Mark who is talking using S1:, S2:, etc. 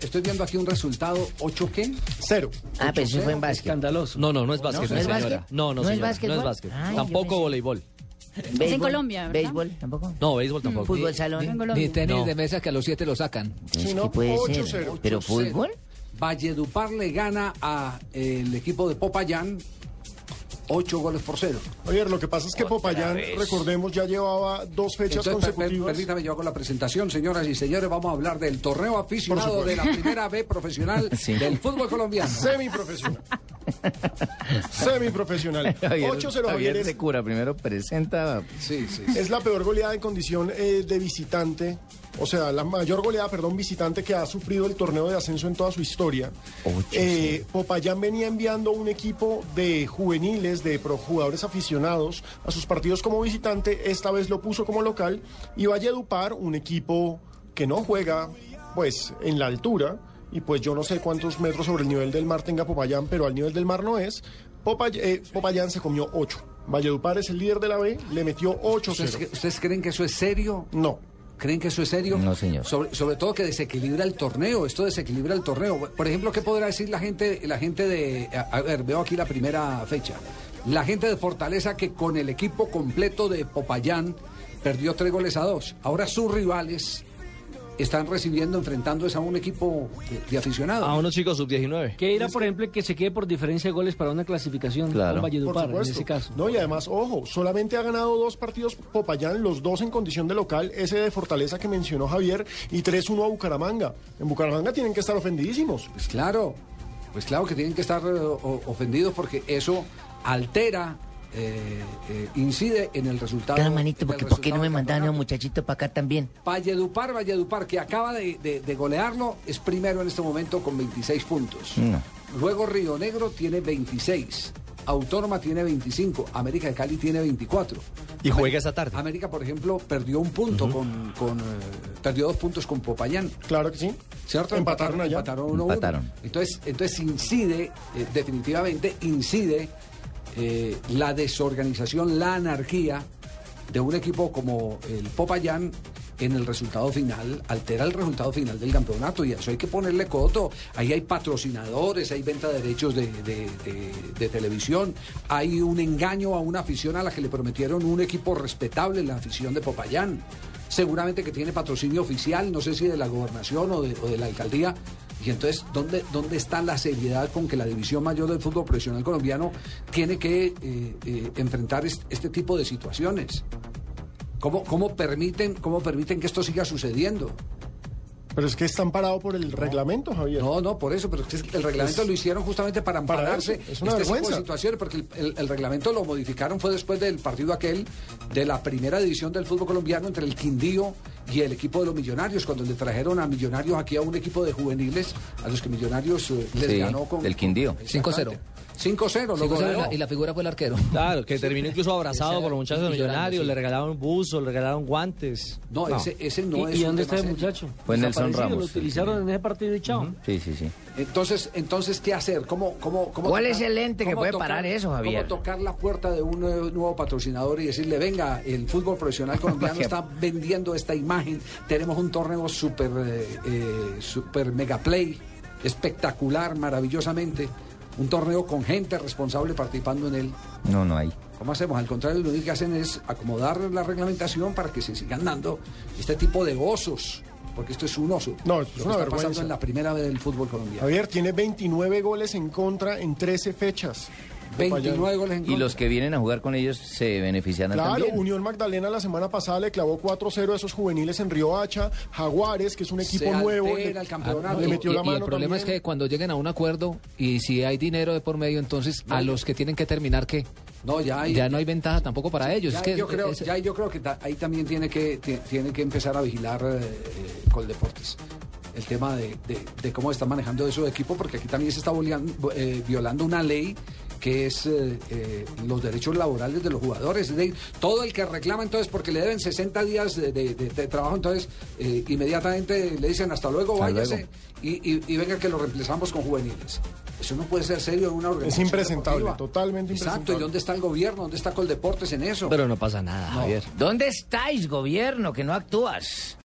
S1: Estoy viendo aquí un resultado 8 qué?
S2: Cero.
S3: Ah, pero eso fue en básquet.
S4: Escandaloso. No, no, no es básquet,
S3: ¿No es
S4: señora.
S3: básquet?
S4: No, no,
S3: ¿No es
S4: señora,
S3: básquetbol?
S4: No es básquet.
S3: Ay, yo
S4: Tampoco
S3: pensé.
S4: voleibol.
S3: Béisbol,
S5: en Colombia, ¿verdad?
S3: Béisbol, tampoco.
S4: No, béisbol tampoco.
S3: Fútbol salón.
S5: Vengo
S1: Ni
S5: Colombia.
S1: tenis
S4: No.
S1: de mesa que a los 7 lo sacan.
S3: Es
S2: no,
S3: que puede
S2: 8-0.
S3: ser. Pero
S1: 8-0.
S3: fútbol.
S1: Valledupar le gana a eh, el equipo de Popayán 8 goles por cero.
S2: Javier, lo que pasa es que Popayán, recordemos, ya llevaba dos
S1: Entonces, per-
S2: fechas
S1: per-
S2: consecutivas.
S1: permítame, yo hago la presentación, señoras y señores. Vamos a hablar del torneo aficionado
S2: Por
S1: de la primera B profesional
S3: Sí.
S1: del fútbol colombiano.
S2: Semiprofesional. Semiprofesional. 8-0 Javier es,
S3: se cura. Primero presenta.
S1: Sí, sí.
S2: es la peor goleada en condición eh, de visitante. O sea, la mayor goleada, perdón, visitante que ha sufrido el torneo de ascenso en toda su historia. Eh, Popayán venía enviando un equipo de juveniles, de pro- jugadores aficionados a sus partidos como visitante. Esta vez lo puso como local. Y Valledupar, un equipo que no juega, pues, en la altura. Y pues yo no sé cuántos metros sobre el nivel del mar tenga Popayán, pero al nivel del mar no es. Popay- eh, Popayán se comió 8. Valledupar es el líder de la B, le metió 8
S1: ¿Ustedes, ustedes creen que eso es serio?
S2: No.
S1: ¿Creen que eso es serio?
S3: No, señor.
S1: Sobre, sobre todo que desequilibra el torneo, esto desequilibra el torneo. Por ejemplo, ¿qué podrá decir la gente, la gente de... A, a ver, veo aquí la primera fecha. La gente de Fortaleza que con el equipo completo de Popayán perdió tres goles a dos. Ahora sus rivales están recibiendo, enfrentándose a un equipo de, de aficionados.
S4: A unos chicos sub-19.
S6: Que irá, por ejemplo, que se quede por diferencia de goles para una clasificación
S3: Claro.
S6: con
S2: Por
S6: Valledupar, en
S2: supuesto.
S6: ese caso.
S2: No, y además, ojo, solamente ha ganado dos partidos Popayán, los dos en condición de local, ese de Fortaleza que mencionó Javier, y 3-1 a Bucaramanga. En Bucaramanga tienen que estar ofendidísimos.
S1: Pues claro, pues claro que tienen que estar eh, o- ofendidos porque eso altera, eh, eh, incide en el resultado.
S3: Claro, manito,
S1: en el
S3: porque ¿por qué no
S1: resultado
S3: me
S1: del
S3: mandaban a un
S1: campeonato.
S3: muchachito para acá también?
S1: Valledupar, Valledupar, que acaba de, de- de golearlo, es primero en este momento con 26 puntos.
S3: No.
S1: Luego Río Negro tiene 26. Autónoma tiene 25, América de Cali tiene 24.
S4: Y juega esta tarde.
S1: América, por ejemplo, perdió un punto con, con, eh, perdió dos puntos con Popayán.
S2: Claro que sí.
S1: ¿Cierto?
S2: Empataron allá.
S1: Empataron uno a
S3: Empataron.
S1: uno. Entonces, entonces incide, eh, definitivamente incide eh, la desorganización, la anarquía de un equipo como el Popayán en el resultado final, altera el resultado final del campeonato y a eso hay que ponerle coto. Ahí hay patrocinadores, hay venta de derechos de, de- de- de televisión, hay un engaño a una afición a la que le prometieron un equipo respetable, la afición de Popayán. Seguramente que tiene patrocinio oficial, no sé si de la gobernación o de, o de la alcaldía. Y entonces, ¿dónde, ¿dónde está la seriedad con que la división mayor del fútbol profesional colombiano tiene que eh, eh, enfrentar est- este tipo de situaciones? ¿Cómo, cómo, permiten, ¿Cómo permiten que esto siga sucediendo?
S2: Pero es que están parados por el reglamento, Javier.
S1: No, no, por eso, pero es que el reglamento lo hicieron justamente para
S2: para
S1: ampararse.
S2: eso, es una
S1: este tipo
S2: vergüenza.
S1: de situaciones, porque el, el- el reglamento lo modificaron fue después del partido aquel de la primera división del fútbol colombiano entre el Quindío y el equipo de los Millonarios, cuando le trajeron a Millonarios aquí a un equipo de juveniles, a los que Millonarios eh, les
S7: Sí,
S1: ganó con.
S7: del Quindío.
S1: 5-0. 5-0, lo
S7: Cinco cero,
S1: goleó.
S7: la- y la figura fue el arquero.
S4: Claro, que terminó incluso abrazado por los muchachos de
S7: Y llorando,
S4: millonarios.
S7: sí.
S4: Le regalaron buzo, le regalaron guantes.
S1: No, Ese, ese no
S6: ¿Y,
S1: es.
S6: y
S1: un tema
S6: dónde está el
S1: serio.
S6: muchacho?
S3: Fue Nelson
S6: Desaparecido,
S3: Ramos,
S6: Lo
S3: sí,
S6: utilizaron
S3: sí.
S6: en ese partido y chao.
S3: Sí, sí, sí.
S1: Entonces, entonces ¿qué hacer? ¿Cómo, cómo, cómo
S3: ¿Cuál es el ente que
S1: cómo
S3: puede parar eso, Javier?
S1: ¿Cómo tocar la puerta de un nuevo, nuevo patrocinador y decirle, venga, el fútbol profesional colombiano está vendiendo esta imagen, tenemos un torneo super, eh, eh, super mega play, espectacular, maravillosamente, un torneo con gente responsable participando en él?
S3: No, no hay.
S1: ¿Cómo hacemos? Al contrario, lo único que hacen es acomodar la reglamentación para que se sigan dando este tipo de osos, porque esto es un oso.
S2: No, esto es
S1: Lo que
S2: una
S1: está pasando
S2: vergüenza.
S1: en la primera vez del fútbol colombiano.
S2: Javier tiene 29 goles en contra en 13 fechas. Popayán.
S1: 29 goles en
S7: Y
S1: contra.
S7: los que vienen a jugar con ellos se benefician
S2: Claro,
S7: también.
S2: Unión Magdalena la semana pasada le clavó 4-0 a esos juveniles en Riohacha, Jaguares, que es un equipo
S1: Se
S2: nuevo.
S1: altera
S2: le-
S1: el campeonato.
S2: le
S1: Y-
S2: metió
S7: y-
S2: la
S7: y
S2: mano
S7: el problema
S2: también.
S7: es que cuando lleguen a un acuerdo y si hay dinero de por medio, entonces a los que tienen que terminar que
S1: No, ya hay.
S7: ya no hay ventaja tampoco para ellos.
S1: ya
S7: es que
S1: yo, creo,
S7: es-
S1: ya yo creo que ta- ahí también tiene que, ti- tiene que empezar a vigilar eh, eh, Coldeportes el tema de, de- de cómo está manejando eso de equipo, porque aquí también se está volean- eh, violando una ley que es eh, eh, los derechos laborales de los jugadores. Es decir, todo el que reclama entonces porque le deben 60 días de, de- de- de trabajo, entonces eh, inmediatamente le dicen hasta luego,
S3: Hasta
S1: váyase
S3: luego.
S1: Y, y- y venga que lo reemplazamos con juveniles. Eso no puede ser serio en una organización.
S2: impresentable,
S1: deportiva. Exacto,
S2: totalmente
S1: ¿y
S2: impresentable.
S1: dónde está el gobierno? ¿Dónde está Coldeportes en eso?
S4: Pero no pasa nada, Javier.
S3: ¿Dónde estáis, gobierno, que no actúas?